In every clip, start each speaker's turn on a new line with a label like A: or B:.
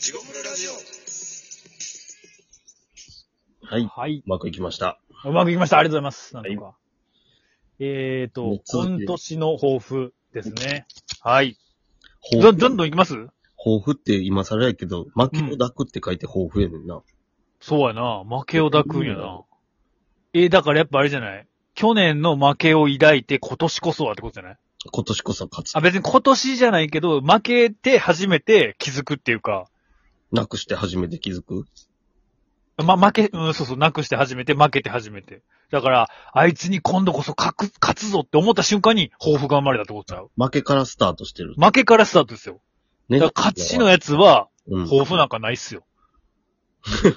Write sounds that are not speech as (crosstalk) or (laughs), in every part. A: ジゴムルラジオ。
B: はい。
C: はい。
B: うまくいきました。
C: うまくいきました。ありがとうございます。なん
B: い
C: とか。えーと
B: 三、つ
C: 今年の抱負ですね。はい。
B: 抱
C: ど、
B: 負。
C: どんどんいきます
B: 抱負って今更やけど、負けを抱くって書いて抱負やねんな。
C: そうやな。負けを抱くんやな。えーだからやっぱあれじゃない去年の負けを抱いて今年こそはってことじゃない
B: 今年こそ勝つ
C: あ、。別に今年じゃないけど、負けて初めて気づくっていうか、
B: なくして初めて気づく。
C: ま、負け、うん、そうそう、なくして初めて、負けて初めて。だから、あいつに今度こそ勝く、勝つぞって思った瞬間に抱負が生まれたってことちゃう
B: 負けからスタートしてる。
C: 負けからスタートですよ。
B: ね
C: だから勝ちのやつは、
B: うん
C: 抱負なんかないっすよ。
B: 勝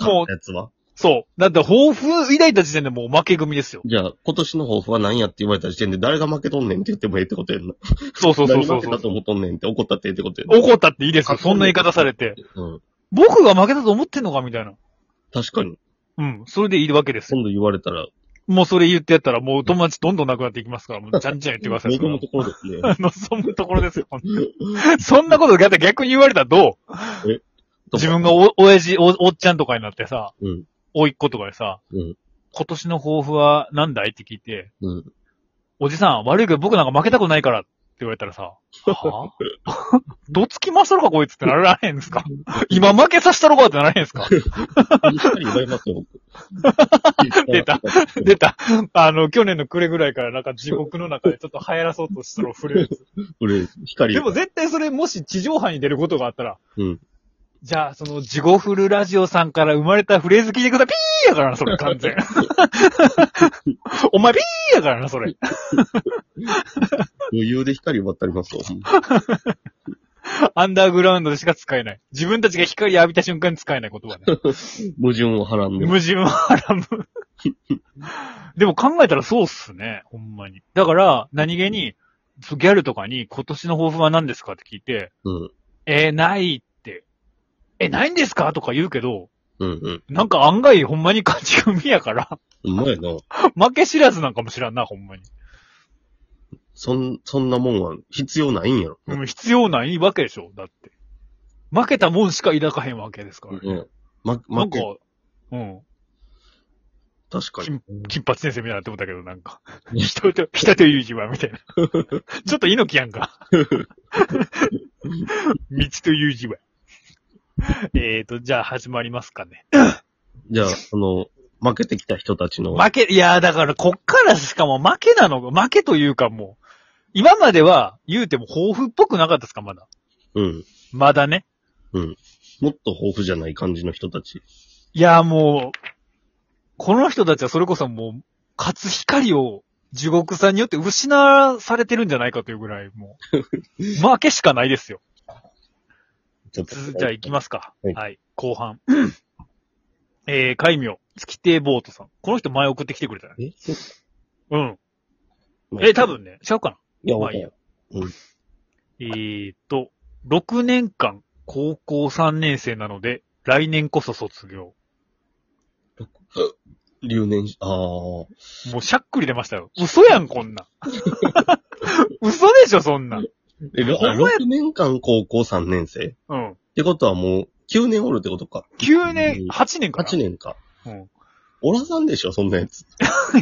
C: も
B: っ
C: う
B: た、やつは
C: そう。だって抱負抱いた時点でもう負け組ですよ。
B: じゃあ、今年の抱負は何やって言われた時点で、誰が負けとんねんって言ってもええってことやんな。
C: そうそうそ
B: 誰が
C: うそう
B: 負け
C: そ
B: たと
C: う。
B: 思っとんねんって怒ったってええってことやんな。
C: 怒ったっていいですよ。そんな言い方されて。
B: うん。
C: 僕が負けたと思ってんのかみたいな。
B: 確かに。
C: うん。それでいいわけですよ。
B: 今度言われたら、
C: もうそれ言ってやったら、もう友達どんどんなくなっていきますから、もうじゃんじゃん言ってくださ
B: 望
C: い。それ
B: む
C: は
B: ところですね。
C: 望むところですよ、ほんとそんなこと逆逆に言われたらどう
B: え
C: 自分がお、親父、お、おっちゃんとかになってさ、
B: うん。
C: おいっ子とかでさ、
B: うん。
C: 今年の抱負は何だいって聞いて、
B: うん。
C: おじさん、悪いけど僕なんか負けたくないからって言われたら
B: (laughs)
C: さ、はぁどつきましたろかこいつってならへんですか今負けさせたろかってならへんですか
B: しっかり言われますよ、僕。
C: (laughs) 出た。出た。あの、去年の暮れぐらいからなんか地獄の中でちょっと流行らそうとしたろ、触れるやつ。
B: 嬉しい。光。
C: でも絶対それもし地上波に出ることがあったら、
B: うん。
C: じゃあその地獄フルラジオさんから生まれたフレーズ聞いてください。ピーやからな、それ完全。お前ピーやからな、それ。
B: 余裕で光渡りますよ。
C: アンダーグラウンドでしか使えない。自分たちが光浴びた瞬間に使えない言葉ね。
B: 矛盾をはらんで。
C: 矛盾をはらむ。 (laughs) でも考えたらそうっすね、ほんまに。だから、何気に、そうギャルとかに今年の抱負は何ですかって聞いて、
B: うん。
C: えー、ないって。え、ないんですかとか言うけど、
B: うんうん。
C: なんか案外ほんまに勝ち組やから、 (laughs)
B: うまいな。
C: 負け知らずなんかも知らんな、ほんまに。
B: そん、そんなもんは必要ないんやろ。
C: うん、必要ないわけでしょ、だって。負けたもんしか抱かへんわけですからね。
B: うん。ま、
C: な
B: ま
C: んか、うん。
B: 確かに。
C: 金八先生みたいになって思ったけど、なんか。人と、人という字は、みたいな。ちょっと猪木やんか。道という字は。えーと、じゃあ始まりますかね。
B: じゃあ、あの、負けてきた人たちの、
C: 負け、いやーだからこっからしかも負けなのが、負けというかもう、今までは言うても抱負っぽくなかったですか、まだ。
B: うん。
C: まだね。
B: もっと豊富じゃない感じの人たち。
C: いやーもう、この人たちはそれこそもう、勝つ光を地獄さんによって失わされてるんじゃないかというぐらい、も (laughs) う、負けしかないですよ。
B: ちょっと
C: つじゃあ行きますか。
B: は
C: はいい。後半。 (clears throat) えー、海名、月亭ボートさん。この人前送ってきてくれたね。
B: えそう
C: うん。え、多。分ね、違うかな。
B: いや、
C: ま
B: わ
C: あ
B: かんない
C: いいよえーっと、6年間高校3年生なので、来年こそ卒業。
B: 留年し、ああ。
C: もうしゃっくり出ましたよ。嘘やん、こ (laughs) んなん。嘘でしょ、そんなん。
B: え、ろ
C: ほんまや
B: 6年間高校3年生っ
C: うん。
B: てことはもう9年おるってことか。
C: 9
B: うん
C: 年、8年かな。
B: 8年か。
C: うん。
B: おらさんでしょ、そんなやつ。
C: い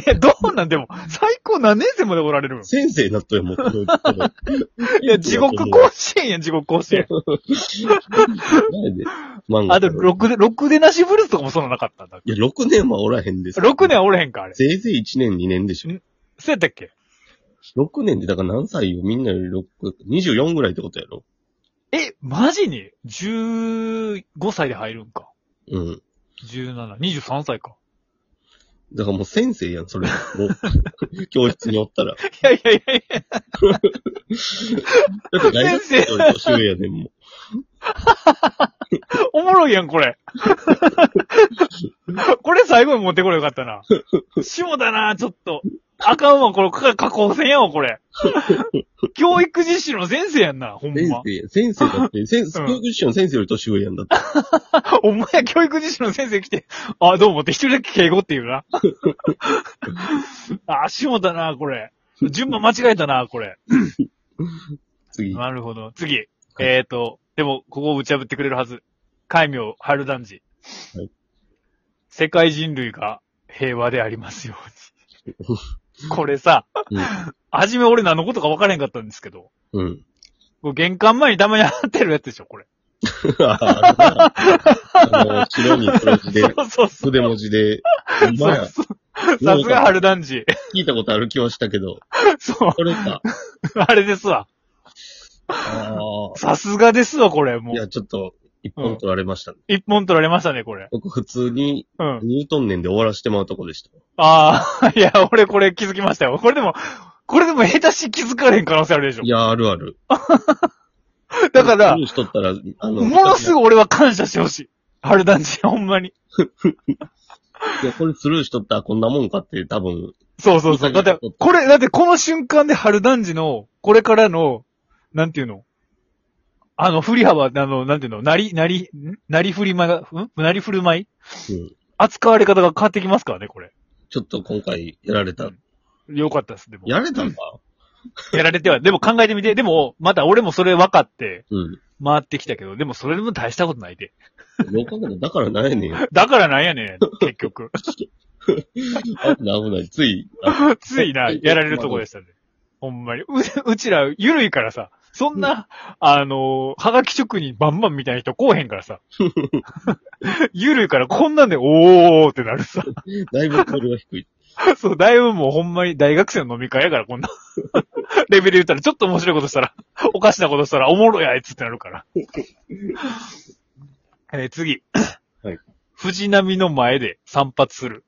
C: や、どうなんでも、最高何年生までおられるの
B: 先生になっと
C: (laughs)
B: やもう。この
C: いや、地獄甲子園やん、地獄甲子園。
B: 前で漫画
C: あと、ろくで、ろくでなしブルースとかもそんななかったんだっ
B: いや、6年はおらへんです。
C: け。6年はおれへんか、あれ。
B: せいぜい1年、2年でしょ。
C: そうやったっけ
B: 6年って、だから何歳よみんなより6、24ぐらいってことやろ
C: え、マジに ?15 歳で入るんか。
B: うん。
C: 17、23歳か。
B: だからもう先生やん、それ。も
C: (laughs)
B: う教室におったら。
C: いやいやいやいや、
B: だって大学生より年上やねん、もう。
C: おもろいやん、これ。 (laughs) これ最後に持ってこれよかったな。下だな、ちょっと。あかんわ、これ、か加工線やわ、これ。教育実習の先生やんな、 (laughs) ほん
B: 先
C: ま。
B: 生やん。先生だって、先生、
C: うん
B: 教育実習の先生より年上やんだって。
C: (laughs) お前教育実習の先生来て、あ、どうもって一人だけ敬語って言うな。あ、下だな、これ。順番間違えたな、これ。
B: 次。
C: なるほど。次。えっ、ー、と、でも、ここを打ち破ってくれるはず。海名、春団治。
B: はい
C: 世界人類が平和でありますよ
B: (laughs)
C: うに。これさ、はじめ俺何のことか分からへんかったんですけど、
B: うん。うん。 (laughs)
C: これ玄関前にたまに貼ってるやつでしょ、これ。
B: あの、白に黒字で、
C: そうそうそう。
B: 筆文字で、ほんまや
C: そうそうさすが春団治。
B: 聞いたことある気はしたけど、
C: (laughs) そう、
B: これか。
C: あれですわ。
B: ああ。
C: さすがですわ、これ。も、
B: いうや、ちょっと、一本取られましたね。
C: 一本取られましたね、これ。
B: 僕普通に、
C: うん。
B: ニュートン年で終わらしてもらうとこでした。
C: ああ、いや、俺これ気づきましたよ。これでも、これでも下手し気づかれへん可能性あるでしょ
B: い。や、あるある。
C: だから、
B: ニュース取ったら、あの、
C: ものすぐ俺は感謝してほしい。春団治、ほんまに。
B: いや、これスルーしとったらこんなもんかって多分、
C: そうそうそう。だって、これ、だってこの瞬間で春団治の、これからの、なんていうのあの、振り幅、あの、なんていうのなり、なり、んなり振りまが、んなり振る舞い
B: うん、
C: 扱われ方が変わってきますからね、これ。
B: ちょっと今回やられた。
C: よかったです、でも。
B: やられたんか
C: やられては、でも考えてみて、でも、また俺もそれ分かって
B: うん。
C: 回ってきたけど、でもそれでも大したことないで。
B: よかっただからなんやねん。
C: だからなんやねん、結局。
B: 危ない危ない。つい、あ
C: (laughs) ついな、やられるとこでしたね。ほんまに。う、うちら、ゆるいからさ、そんな、あのー、はがき職人バンバンみたいな人来おへんからさ。 (laughs) ゆるいからこんなんで、おーってなるさ。
B: だいぶこれは低い。
C: (laughs) そう、だいぶもうほんまに大学生の飲み会やから、こんな。 (laughs) レベル言ったら、ちょっと面白いことしたら、 (laughs) おかしなことしたら、おもろいあいつってなるから。 (laughs) えー次。
B: はい。
C: (laughs) 藤波の前で散髪する。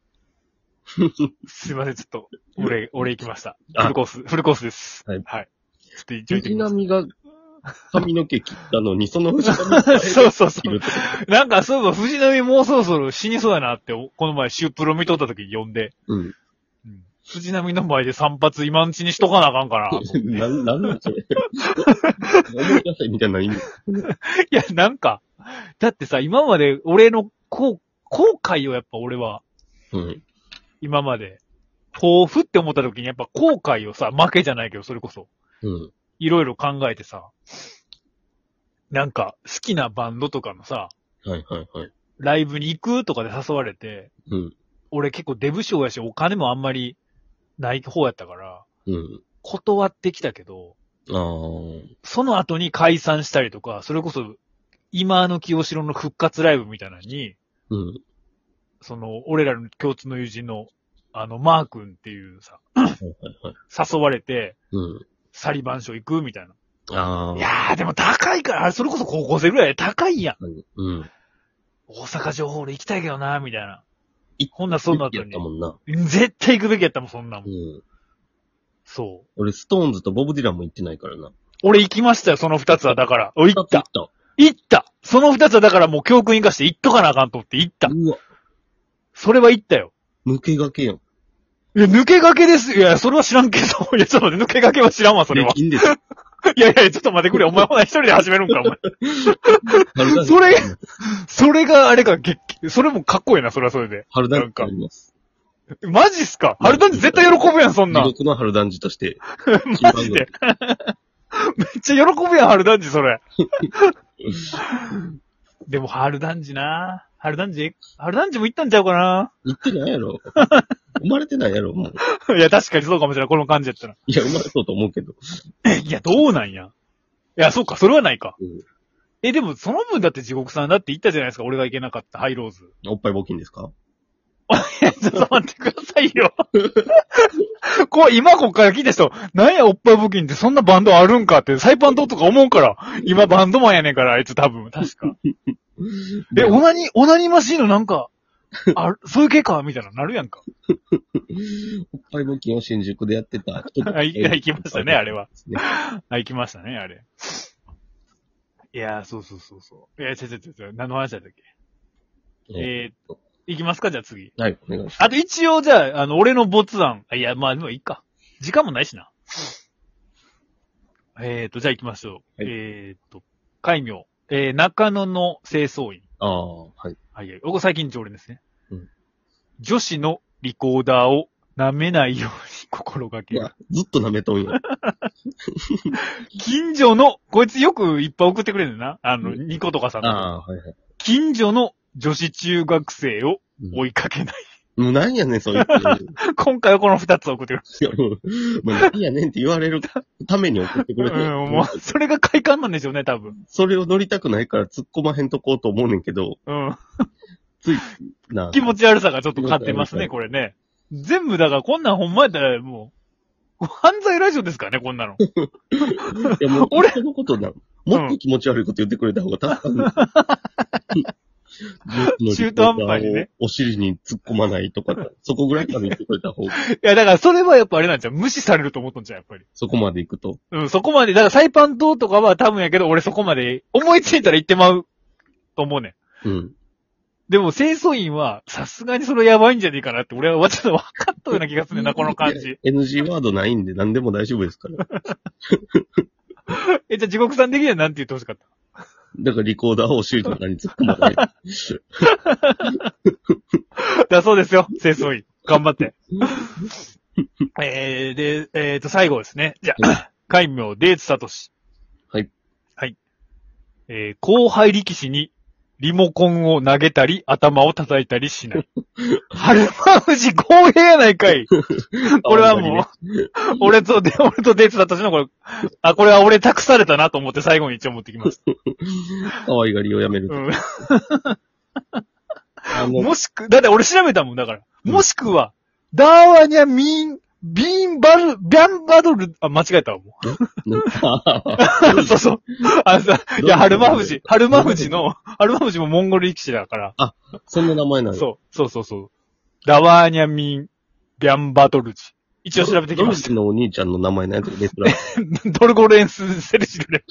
C: (laughs) すいません、ちょっと、俺、俺行きました。
B: あ
C: フルコース、フルコースです。
B: はい
C: はい。ちょっと一応行って
B: 藤
C: きます。
B: 波が髪の毛切ったのに、その藤波が
C: (laughs) そうそうそ
B: 切
C: う
B: る。と。
C: なんか、そういえば、藤波もうそろそろ死にそうやなって、おこの前、シュープロ見とった時に呼んで、
B: うん。
C: うん藤波の前で散髪今んちにしとかなあかん
B: (laughs)
C: から。
B: なん、なんなんそ
C: (laughs)
B: れ。思い出せみたいな意味。
C: いや、なんか、だってさ、今まで俺の後後悔をやっぱ俺は、
B: うん。
C: 今まで、抱負って思った時にやっぱ後悔をさ、負けじゃないけど、それこそ、
B: うん。
C: いろいろ考えてさ、なんか、好きなバンドとかのさ、
B: はいはいはい。
C: ライブに行くとかで誘われて、
B: うん。
C: 俺結構デブ賞やし、お金もあんまりない方やったから、
B: うん。
C: 断ってきたけど、
B: ああ。
C: その後に解散したりとか、それこそ、今の清志郎の復活ライブみたいなのに、
B: うん。
C: その、俺らの共通の友人の、あの、マー君っていうさ、
B: はいはい。
C: 誘われて、
B: うん。
C: サリバン賞行くみたいな。
B: あ
C: い
B: あ。
C: やー、でも高いから、あれそれこそ高校生ぐらいで高いやん。
B: うん。
C: 大阪城ホール行きたいけどな、みたいな。
B: い
C: ほんならそんな後
B: やったも
C: に。
B: んな。
C: 絶対行くべきやったもん、そんなも。
B: うんん。
C: そう。
B: 俺、ストーンズとボブ・ディランも行ってないからな。
C: 俺行きましたよ、その二つは。だから。お行っ
B: 行
C: た
B: っ。た。
C: 行った。その二つはだからもう教訓生かして行っとかなあかんと思って行った。
B: うわ、
C: それは行ったよ。
B: 抜けがけやん。
C: いや、抜けがけですよ。いや、それは知らんけど。 (laughs) いや、ちょっと待って、抜けがけは知らんわ、それは
B: で。きん
C: (laughs)
B: ですよ。
C: いやいや、ちょっと待ってくれ。お前ほな一人で始めるんか、お前。それそれがあれか、激、それもかっこいいな、それはそれで。
B: 春団地あります。
C: マジっすか春団治絶対喜ぶやん、そん
B: 地
C: な。
B: 獄の春団地と
C: (laughs)
B: して。
C: マジで。 (laughs) めっちゃ喜ぶやん、春団治、それ。 (laughs) でも、春団治な春団治、春団治も行ったんちゃうかな
B: 行ってないや
C: (laughs)
B: ろ。生まれてないやろ、もう。
C: いや、確かにそうかもしれない、この感じやったら。
B: いや、生まれそうと思うけど。
C: いや、どうなんや。いや、そうか、それはないか
B: うん。
C: え、でも、その分だって地獄さんだって言ったじゃないですか、俺が行けなかった、ハイローズ。
B: おっぱい募金ですか
C: いやちょっと待ってくださいよ。 (laughs) こう、今こっから聞いた人、なんやおっぱい募金ってそんなバンドあるんかって、サイパンドとか思うから、今バンドマンやねんから、あいつ多分、確か。え、オナニ、オナニマシーンのなんか、ある、そういう系かみたいな、なるやんか。
B: おっぱい募金を新宿でやってた人
C: はい、いや行きましたね、あれは。
B: ですね。
C: あ、行きましたね、あれ。いやー、そうそうそうそう。いや、違う違う違う、何の話だったっけ。
B: え
C: えーっと、行きますか、じゃあ次。
B: はい、お願いしま
C: あと一応、じゃあ、あの、俺の没案。あいや、まあ、でもいいか。時間もないしな。えーと、じゃあ行きましょう。
B: はい
C: えーと、海名。えー、中野の清掃員。
B: す。ああ、はい。
C: はいはい。ここ最近常連ですね。
B: うん
C: 女子のリコーダーを舐めないように心がけ
B: い
C: る。
B: や、ずっと舐めとんや。
C: 近所の、こいつよくいっぱい送ってくれるんな。あの、
B: うん
C: ニコとかさんの。
B: ああ、はいはい。
C: 近所の女子中学生を追いかけ (laughs) ない。
B: もうなんやねん、そういう。
C: (laughs) 今回はこの二つ送ってくる。
B: いや、もう、もうなんやねんって言われるために送ってくれて。
C: うん、もう、それが快感なんでしょうね、多分。
B: それを乗りたくないから突っ込まへんとこうと思うねんけど、
C: うん。
B: つい、なあ
C: 気持ち悪さがちょっと勝ってますね、これね。全部だから、こんなんほんまやったら、もう、犯罪ラジオですからね、こん (laughs) なの。
B: いやもう
C: 俺
B: そのことなの。もっと気持ち悪いこと言ってくれた方が助かる。
C: 中途半端にね。
B: お尻に突っ込まないとか、そこぐらいまで言ってくれた方が、
C: いや、だからそれはやっぱあれなんじゃう無視されると思ったんじゃうやっぱり。
B: そこまで行くと。
C: うん、そこまで、だからサイパン島とかは多分やけど、俺そこまで、思いついたら行ってまう、と思うねん。
B: うん。
C: でも清掃員は、さすがにそれやばいんじゃねえかなって、俺はちょっと分かったような気がするねんな、この感じ。 (laughs)
B: NG ワードないんで何でも大丈夫ですから。
C: え、じゃあ地獄さん的にはなんて言ってほしかった
B: だからリコーダーをお尻とかに突っ込まない。
C: だそうですよ、清掃員。頑
B: (laughs)
C: 張って。えー、で、えっ、と、最後ですね。じゃ (coughs) あ、海名、デーツサトシ。
B: はい。
C: はい。えー、後輩力士に、リモコンを投げたり、頭を叩いたり
B: (laughs)
C: しない。春馬富士公平やないかい。 (laughs) これはもう、俺と、で俺とデーツサトシのこれ、あ、これは俺託されたなと思って最後に一応持ってきます。
B: 可愛がりをやめると。
C: うん。
B: あの、
C: もしく、だって俺調べたもんだから。もしくは、ダーワニャミーン、ビーンバル、ビャンバドル、あ、間違えたわ、も
B: なんか
C: う。 (laughs) そうそう。あのさ、いや、
B: どうい
C: 春
B: うこと
C: 馬富士、春馬富士の、春馬富士もモンゴル力士だから。
B: (laughs) そんな名前なの
C: そう、そうそうそう。ダワーニャミーン、ビャンバドルジ。一応調べてきまし
B: ドルフィンのお
C: (laughs)
B: 兄ちゃんの名前なんやったっけレスラー
C: た。ドルゴレンス・セルシルレ